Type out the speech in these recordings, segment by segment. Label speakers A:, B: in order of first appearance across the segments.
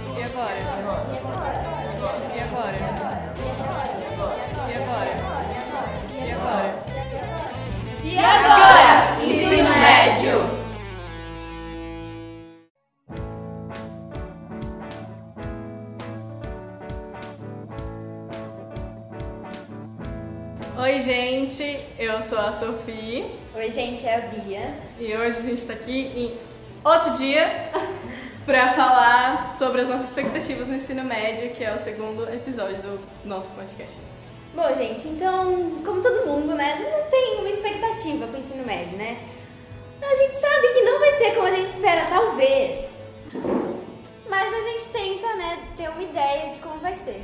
A: agora? E agora? E agora? E agora? E agora? Ensino médio! Oi, gente, eu sou a Sofia
B: Oi, gente, é a Bia.
A: e hoje a gente tá aqui em outro dia pra falar sobre as nossas expectativas no ensino médio, que é o segundo episódio do nosso podcast.
B: Bom, gente, então, como todo mundo, né, todo mundo tem uma expectativa pro ensino médio, né? A gente sabe que não vai ser como a gente espera, talvez. Mas a gente tenta, né, ter uma ideia de como vai ser.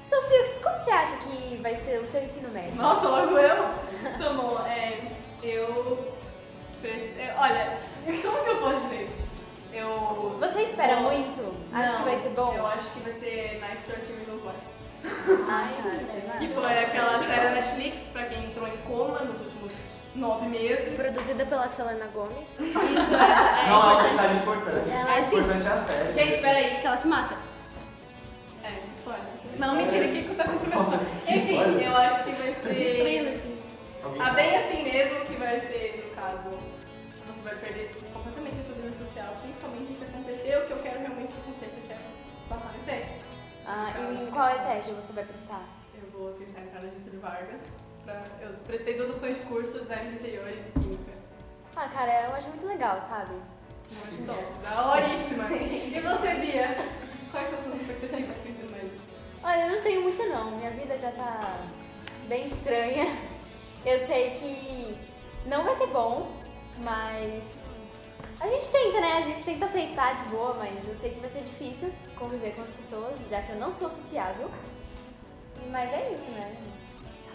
B: Sofia, como você acha que vai ser o seu ensino médio?
A: Nossa, logo eu? Tá bom, é, eu... preste- é, Olha, como que eu posso dizer? Eu...
B: Você espera
A: Bom,
B: muito? Acha
A: Não,
B: que vai ser bom? Ah.
A: Eu acho que vai ser Night for Team Reasons Why.
B: Ai,
A: Que foi aquela série da Netflix, pra quem entrou em coma nos últimos nove meses.
C: Produzida pela Selena Gomes.
B: Isso é, é
D: não é
B: importante.
D: um detalhe importante.
B: Ela
D: o
B: é assim.
D: importante é a série.
A: Gente, peraí.
C: Que ela se mata.
A: É, spoiler. Não, mentira, o que acontece no primeiro
D: Nossa,
A: episódio?
D: que
A: Enfim,
D: spoiler.
A: eu acho que vai ser.
D: Alguém-
A: Ah,
B: é
A: bem assim mesmo que vai ser, no caso, você vai perder completamente a sua vida social, principalmente se acontecer o que eu quero realmente que aconteça, que é passar no técnico.
B: Ah, e em qual ETEC você vai prestar?
A: Eu vou tentar entrar na Getúlio Vargas. Pra... Eu prestei duas opções de curso, design de interiores e química.
B: Ah, cara, eu acho muito legal, sabe?
A: Muito top, da horíssima. E você, Bia? Quais são as suas expectativas para o ensino médio?
B: Olha, eu não tenho muita não. Minha vida já tá bem estranha. Eu sei que não vai ser bom, mas a gente tenta, né? A gente tenta aceitar de boa, mas eu sei que vai ser difícil conviver com as pessoas, já que eu não sou sociável. Mas é isso, né?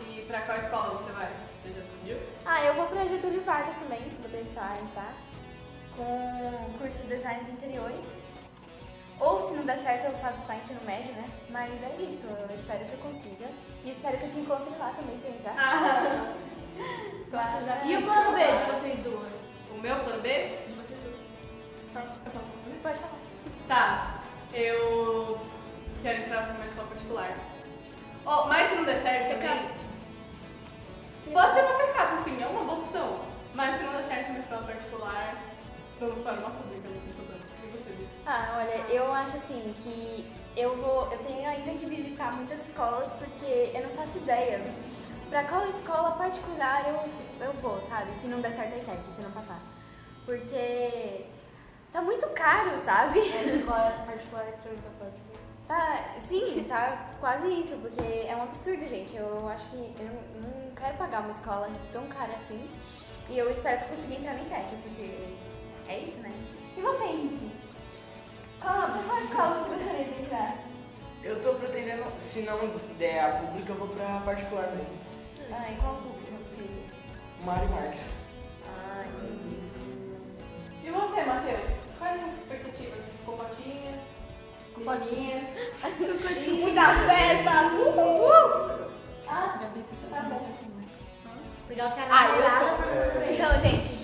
A: E para qual escola você vai? Você já decidiu?
B: Ah, eu vou pra Getúlio Vargas também, vou tentar entrar com um curso de design de interiores. Ou se não der certo, eu faço só ensino médio, né? Mas é isso, eu espero que eu consiga. E espero que eu te encontre lá também se eu entrar.
A: Ah.
B: Claro, já
C: E o plano B de vocês duas?
A: O meu plano B? Tá. Eu posso falar?
B: Pode falar.
A: Tá, eu quero entrar numa escola particular. Oh, mas se não der certo também. Pode ser uma pecado, sim, é uma boa opção. Mas se não der certo numa escola particular, vamos para uma pública, né, não tem problema. E você, Bia?
B: Ah, olha, eu acho assim que eu vou, eu tenho ainda que visitar muitas escolas porque eu não faço ideia pra qual escola particular eu, eu vou, sabe? Se não der certo a ITEC, se não passar. Porque tá muito caro, sabe?
C: É, escola particular é eletrônica forte.
B: Tá, sim, tá quase isso, porque é um absurdo, gente. Eu acho que eu não- não quero pagar uma escola tão cara assim. E eu espero que eu consiga entrar na ITEC, porque é isso, né? E você, Henrique? Qual, pra qual escola você gostaria de entrar?
E: Eu tô pretendendo, se não der a pública, eu vou pra particular mesmo.
B: Ah, em qual público você?
E: Mário Marques.
B: Ah, entendi.
A: E você, Matheus? Quais são as expectativas? Cocotinhas? Cocotinhas?
B: Muita festa!
A: Ah,
C: Já vi isso
A: tá bom.
C: Pegar o
B: assim, né? Ah, eu
C: canal.
B: Então, gente,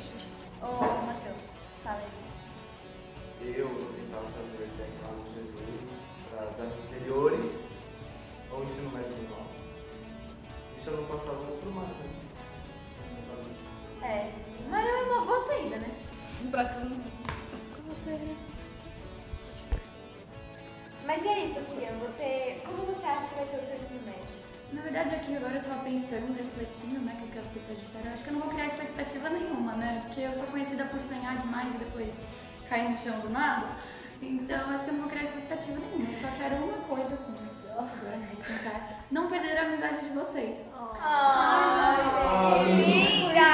B: ô Matheus, tá fala aí.
D: Eu vou tentar fazer técnico lá no GV para design de interiores ou ensino médio normal. E se eu não passar, eu vou pro mar mesmo.
B: É, mas é uma boa saída, né?
A: Pra todo mundo.
B: Mas e aí, Sofia, você, como você acha que vai ser o seu ensino médio?
F: Na verdade, aqui agora eu tava pensando, refletindo, né, com o que as pessoas disseram. Eu acho que eu não vou criar expectativa nenhuma, né? Porque eu sou conhecida por sonhar demais e depois cair no chão do nada. Então, acho que eu não vou criar expectativa nenhuma. Eu só quero uma coisa com aqui, ó. Agora eu vou tentar é não perder a amizade de vocês.
B: Ai,
D: gente, que
B: linda!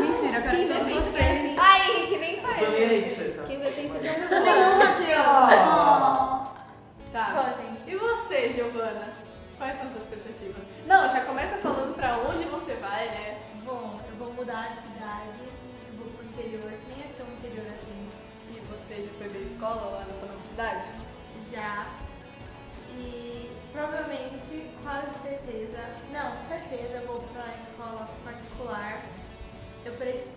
F: Mentira, eu quero todos vocês.
B: assim? Ai, que nem
D: Eu tô nem aí pra você, tá?
C: Quem vai pensar
B: assim?
C: que eu sou?
A: Nenhuma aqui, ó.
B: Ah.
A: Tá.
B: Bom, gente.
A: E você, Giovana? Quais são as suas expectativas? Não, já começa falando pra onde você vai, né?
C: Bom, eu vou mudar de cidade, eu vou pro interior, nem é tão interior assim
A: E você já foi ver escola lá na sua nova cidade?
C: já. E provavelmente, quase certeza, não, certeza, eu vou pra escola particular. Eu prestei.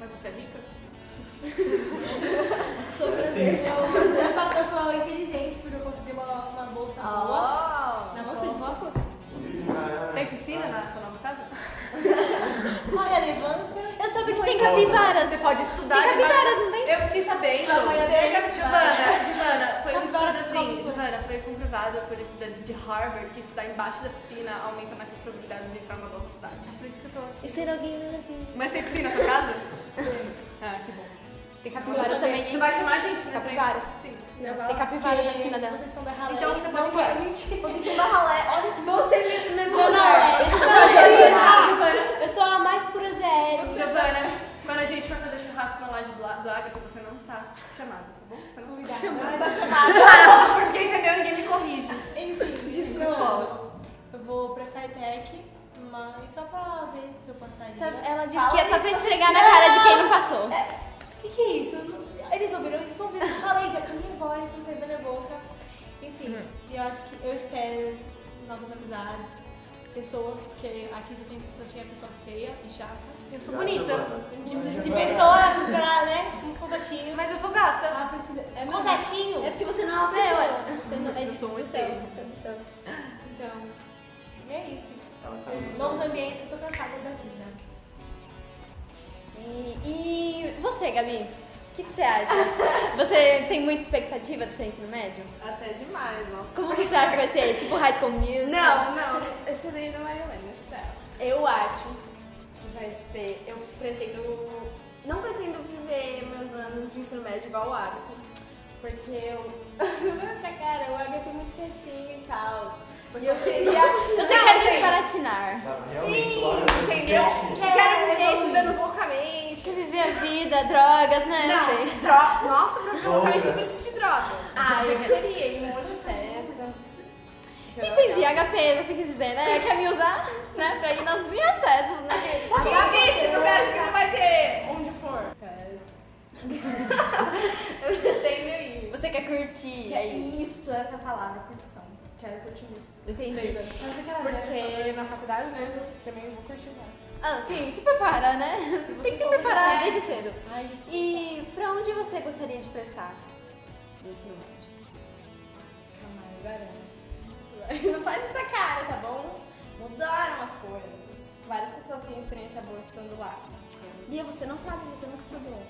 A: Mas você é rica?
C: Sou brasileira, eu, eu, sou, eu sou inteligente porque eu consigo
A: Ah.
B: né?
C: é
A: É, um assim, privada por estudantes de Harvard, que estudar embaixo da piscina aumenta mais as probabilidades de entrar numa boa faculdade.
C: Por isso que eu tô assim.
G: E ser alguém na vida.
A: Mas tem piscina na sua casa? ah, que bom.
B: Tem capivaras também,
A: Você
B: hein?
A: vai chamar a gente, né? pra ir?
B: Capivaras.
A: Sim.
B: Tem capivaras na piscina dela.
G: Vocês são da ralé.
A: Então,
G: você
A: não
G: pode
A: para.
G: mentir.
B: Vocês são da ralé. Olha que você mesmo, né?
G: Não, não, é.
A: Giovana,
G: Eu sou a mais pura ZL.
A: Giovana, quando a gente for fazer churrasco na laje do, do Ágata, você não tá chamada, tá bom? Você não tá chamada.
G: Tá chamada.
A: Ah, português é meu, ninguém me corrige.
G: Enfim,
A: escola.
G: desculpa. Eu vou pra SciTech, mas só pra ver se eu passaria.
B: Só- Ela disse
G: Fala
B: que é só pra
G: aí, fala
B: esfregar na
G: assim,
B: cara de quem
G: "Não,
B: não passou.
G: O que, que é isso? Eu não- Eles ouviram, eles estão ouvindo. Eu Falei da com a minha voz, não sei da minha boca. Enfim,
B: Uhum.
G: eu acho que eu espero novas amizades, pessoas, porque aqui só, tem, só tinha pessoa feia e chata.
B: Uhum.
G: Eu sou
D: Já, né?
G: bonita.
D: Giovana.
G: De, de pessoas pra, né? Uns contatinhos. Mas
A: Mas eu sou gata.
G: ah, precisa. É contatinho?
C: É porque você não é uma pessoa. Você não é
A: Eu
C: de
A: sou um
C: do céu.
A: espelho.
C: você é do céu.
G: Então, é isso.
D: Ela tá
G: É,
D: no
G: novos
D: seu-
G: ambientes, eu tô cansada daqui já.
B: E, e você, Gabi? O que, que você acha? Você tem muita expectativa do seu ensino médio?
G: Até demais, nossa.
B: Como que você acha que vai ser? Tipo High School Music?
G: Não, não. Esse daí não é menos pra ela. Eu acho que vai ser. Eu pretendo. Não pretendo viver meus anos de ensino médio igual o Agatha. Porque eu. Não pra cara, o Agatha é muito quietinho e tal. E eu queria.
B: Você
G: Não,
B: quer
G: gente.
B: desbaratinar?
D: Tá, realmente,
G: Sim,
D: lá eu tipo, tô
G: entendeu?
D: quietinho.
G: Quero viver esses anos loucamente.
B: Quer viver a vida, drogas, né? Eu
G: Não,
B: sei.
G: dro- Nossa, pra
D: Drogas.
G: provavelmente existir drogas. Ah, eu queria ir em um monte de festa.
B: Entendi, HP, você quis dizer, né? Quer me usar, né? Pra ir nas minhas festas, né?
G: Gabi, você acha que não vai ter Tá então. onde for? eu pretendo ir.
B: Você quer curtir, é isso.
G: essa palavra, curtição. Quero curtir isso.
B: Entendi.
G: é Porque na faculdade, né, também vou curtir mais.
B: Ah, sim, se prepara, né? Tem que se preparar desde cedo. E pra onde você gostaria de prestar no ensino médio?
G: Calma, eu garanto. Não Então faz essa cara, tá bom? Mudaram as coisas. Várias pessoas têm experiência boa estudando lá. Bia, você não sabe, você nunca estudou.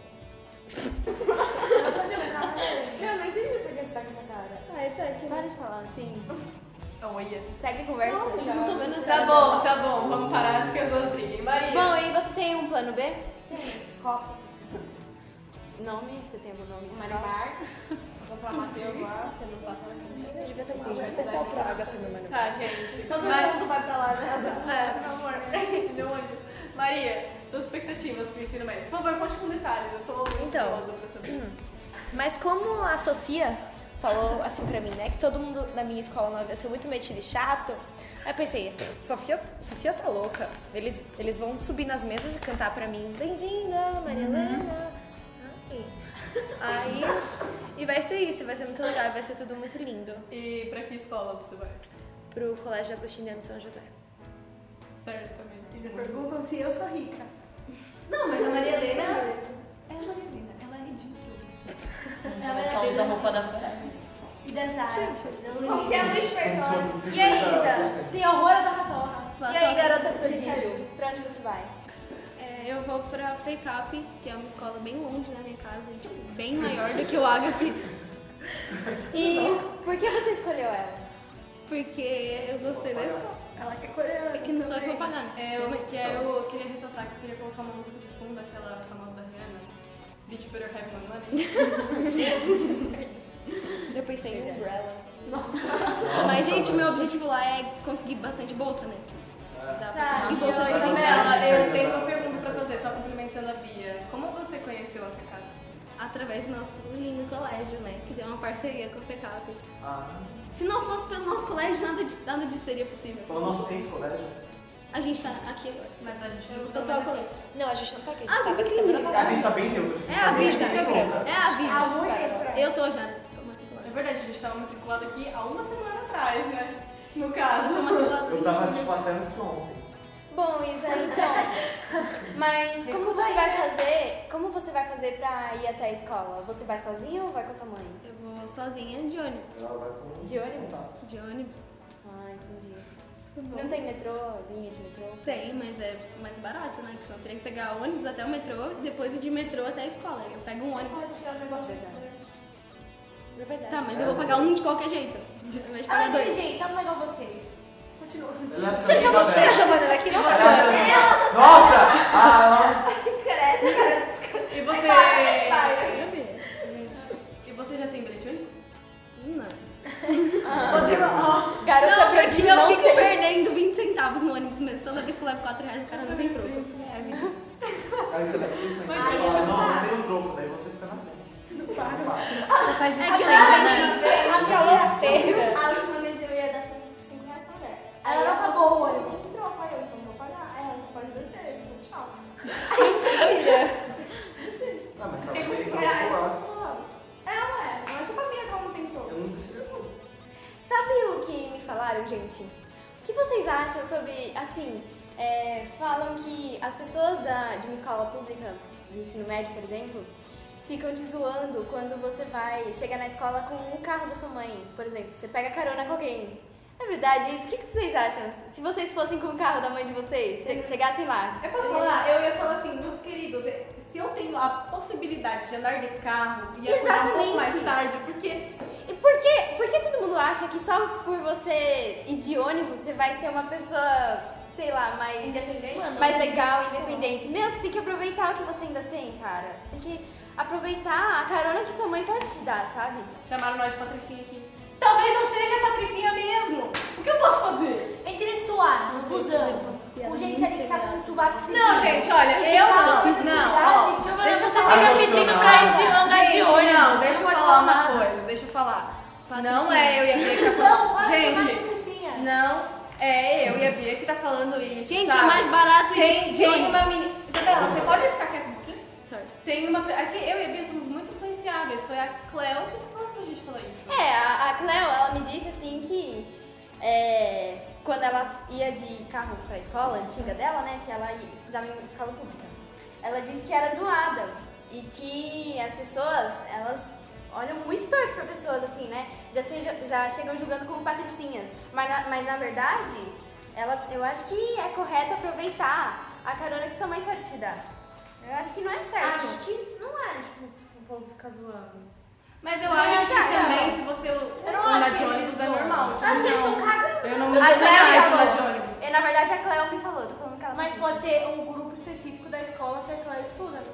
G: Eu não entendi por que você tá com essa cara.
C: Ah, isso aqui.
B: Para de falar assim.
A: Olha.
B: Segue a conversa.
C: Eu não tô vendo
A: é
C: nada.
A: Tá bom, tá bom. Vamos parar antes que as duas briguem. Maria.
B: Bom, e você tem um plano B?
G: Tem escola.
B: Nome? Você tem algum nome? de
G: Mário
B: escola?
G: Marques. Vou falar Matheus lá, você não passa na primeira. Eu devia ter uma
A: aula especial
G: pra
A: Tá, gente.
G: Todo
A: Mas-
G: mundo vai pra lá, né?
A: É, meu amor. Meu olho. Maria, suas expectativas pro ensino médio. Por favor, conte com detalhes. Eu tô muito
G: Então.
A: ansiosa pra saber.
G: Mas como a Sofia falou assim pra mim, né? Que todo mundo na minha escola nova ia ser muito metido e chato. Aí eu pensei, Sofia, Sofia tá louca. Eles, eles vão subir nas mesas e cantar pra mim, bem-vinda, Mariana.
B: Uhum.
G: Ai. Aí, e vai ser isso, vai ser muito legal, vai ser tudo muito lindo.
A: E pra que escola você vai?
G: Pro Colégio Agostiniano São José.
A: Certamente.
C: Ainda perguntam se eu sou rica. É.
A: Não, mas a Maria Helena. é
C: Ela
H: Só usa a roupa da Ferrari.
C: E da Zara.
G: Como que é a Luiz Pertona?
D: Todos os
B: E aí,
D: cinquenta
B: Isa?
D: por cento.
C: Tem horror da Ratorra.
B: E aí, garota prodígio, pra onde você vai?
I: É, eu vou pra Fake Up, que é uma escola bem longe da minha casa, tipo, bem maior do que o Agape,
B: E por que você escolheu ela?
I: porque eu gostei da escola.
C: Ela quer correr.
I: É que não sou eu que vou pagar, né?
A: É, Eu quero, eu queria ressaltar que eu queria colocar uma música de fundo, aquela famosa da Rihanna. Bitch Better Have My Money.
G: Eu pensei em um Umbrella.
I: Mas, gente, meu objetivo lá é conseguir bastante bolsa, né?
D: É.
A: Tá,
I: Dá pra conseguir bolsa
A: Ô,
I: pra
A: Isabela,
I: vencer.
A: eu tenho uma pergunta pra fazer, só complementando a Bia. Como você conheceu a Fecada?
I: Através do nosso lindo colégio, né? Que deu uma parceria com a FECAP.
D: Ah,
I: Se não fosse pelo nosso colégio, nada, de- nada disso seria possível.
D: foi o nosso ex-colégio.
I: A gente tá aqui agora.
A: Mas a gente não
I: Eu tô ao colégio.
G: Não, a gente não tá aqui.
I: Ah, você
G: tava
I: fica
G: aqui semana
I: em
D: A
G: passada.
D: gente tá bem neutro. a gente
I: É
D: tá
I: a
D: bem
I: vida.
D: bem contra.
I: É a
G: Há
I: vida.
G: muito tempo atrás.
I: Eu tô já. Tô matriculada.
A: É verdade, a gente tava matriculado aqui há uma semana atrás, né? No caso.
I: Tô matriculada.
D: Eu tava tipo até antes de ontem.
B: Bom, Isa, então. Mas como você vai fazer? Como você vai fazer pra ir até a escola? Você vai sozinha ou vai com a sua mãe?
I: Eu vou sozinha de ônibus.
D: Ela vai com.
B: De ônibus?
I: De ônibus? Tá
B: Ah, entendi. Não tem metrô, linha de metrô?
I: Tem, mas é mais barato, né? Porque senão eu teria que pegar ônibus até o metrô, depois ir de metrô até a escola. Eu pego um ônibus.
B: Verdade.
I: Tá, mas eu vou pagar um de qualquer jeito.
J: Mas
G: Ah,
J: paga dois.
G: inteligente, amo legal vocês. Continua.
D: Ela
K: Gente, já vou tirar a
D: velha.
K: Giovana daqui, não tá
D: Ela
K: dando.
D: só- Nossa! Ah,
G: Credo, cara, desculpa.
A: E você.
G: Vai, vai.
J: Meu Deus.
A: E você já tem Bretune?
J: Não.
B: Ah. Garota
J: porque
B: prodígio
J: eu
B: não
J: fico
B: tem.
J: perdendo 20 centavos no ônibus mesmo. Toda vez que eu levo 4 reais, o cara não tem troco. É a vida.
D: não! Aí você vai você vai
A: Mas
D: falar, não, não tem um troco, daí você fica na frente. Não para.
J: Faz
B: É
J: isso
B: assim,
A: é
G: Ah,
J: sempre, né?
G: Aquela
K: Sério?
G: A última vez eu ia dar 5 reais pra ela. Aí ela pagou o ônibus. Eu troco, aí eu então vou pagar. Aí ela não pode descer, então tchau.
D: Ah, mas só
G: Tem
D: tem
G: uns
D: troco
G: reais.
D: lá.
G: É, ué, não é culpa minha que ela não tem
D: Eu
G: troco.
D: não preciso. não.
B: Sabe o que me falaram, gente? O que vocês acham sobre, assim, é, falam que as pessoas da, de uma escola pública, de ensino médio, por exemplo, ficam te zoando quando você vai, chega na escola com o carro da sua mãe, por exemplo, você pega carona com alguém. É verdade isso? O que, que vocês acham? Se vocês fossem com o carro da mãe de vocês, se- chegassem lá.
A: Eu posso falar? Eu ia falar assim, meus queridos, se eu tenho a possibilidade de andar de carro e acordar um pouco mais
B: Exatamente.
A: tarde, porque
B: E por que, por que todo mundo acha que só por você ir de ônibus você vai ser uma pessoa, sei lá, mais.
G: Independente.
B: mais legal, independente. Meu, você tem que aproveitar o que você ainda tem, cara. Você tem que aproveitar a carona que sua mãe pode te dar, sabe?
A: Chamaram nós de patricinha aqui. Talvez eu seja patricinha mesmo. O que eu posso fazer?
G: Entre suar, usando. É Com gente ali que tá com o sovaco fudido.
A: Não, gente, olha,
G: E de
A: eu
G: carro,
A: não,
G: com
A: não,
G: dificuldade.
A: ó,
G: Giovana,
A: deixa eu
G: você
A: falar.
G: fica pedindo pra ir de andar de ônibus.
A: Não, deixa eu
G: Você
A: falar
G: não
A: uma
G: fala nada.
A: coisa, deixa eu falar.
J: Patricinha.
A: Não é eu e a Bia que tá
G: Não,
A: falando.
G: para de chamar de
A: Gente, não é eu e a Bia
G: patricinha.
A: que tá falando isso.
J: Gente,
A: sabe?
J: é mais barato ir
A: Tem,
J: de
A: tem
J: ônibus.
A: uma menina. Isabela, você pode ficar quieta um pouquinho?
J: Sorry.
A: Tem uma. Aqui, eu e a Bia somos muito influenciáveis. Foi a Cleo que tá falando pra gente falar isso.
B: É, a, a Cleo, ela me disse assim que é, quando ela ia de carro pra escola antiga dela, né? Que ela ia- estudava em escola pública. Ela disse que era zoada e que as pessoas, elas olham muito torto pra pessoas assim, né? Já, seja, já chegam julgando como patricinhas. Mas na, mas na verdade, ela, eu acho que é correto aproveitar a carona que sua mãe pode te dar. Eu acho que não é certo.
A: Ah,
G: Acho que não é, tipo, o povo fica zoando.
A: Mas eu
G: Não,
A: acho que
G: não.
A: também, se você
G: Eu não
A: andar
G: acho
A: de
G: que eles
A: ônibus, é
G: vão.
A: normal.
G: Eu acho que eles
A: não.
G: estão cagando.
A: Eu não
B: A
A: eu também
B: Cleo
A: acho
B: falou.
A: andar de ônibus.
B: E, na verdade, a Cleo me falou, tô falando que ela
G: Mas
B: disse.
G: pode ser um grupo específico da escola que a Clara estuda.
A: é um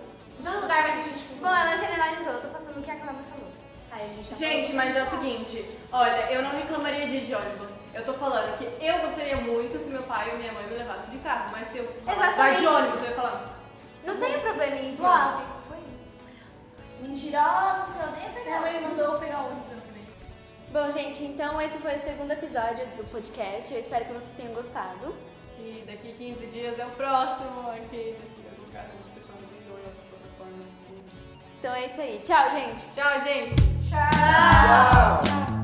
G: Todo lugar vai ter gente que
B: Bom, ela generalizou, tô passando o que a Cláudia falou.
G: Aí a gente tá
A: Gente, mas é o seguinte, olha, eu não reclamaria de ir de ônibus. Eu tô falando que eu gostaria muito se meu pai ou minha mãe me levasse de carro, mas se eu
B: Exatamente.
A: vai de ônibus, eu ia falar.
B: Não tem problema em ir de
G: Suave.
B: ônibus.
G: Mentirosa, você odeia pegar. Minha mãe mandou pegar outra também.
B: Bom, gente, então esse foi o segundo episódio do podcast. Eu espero que vocês tenham gostado.
A: E daqui 15 dias é o próximo aqui nesse mesmo lugar onde vocês estão ouvindo ou em outras plataformas.
B: Então é isso aí. Tchau, gente!
A: Tchau, gente!
D: Tchau!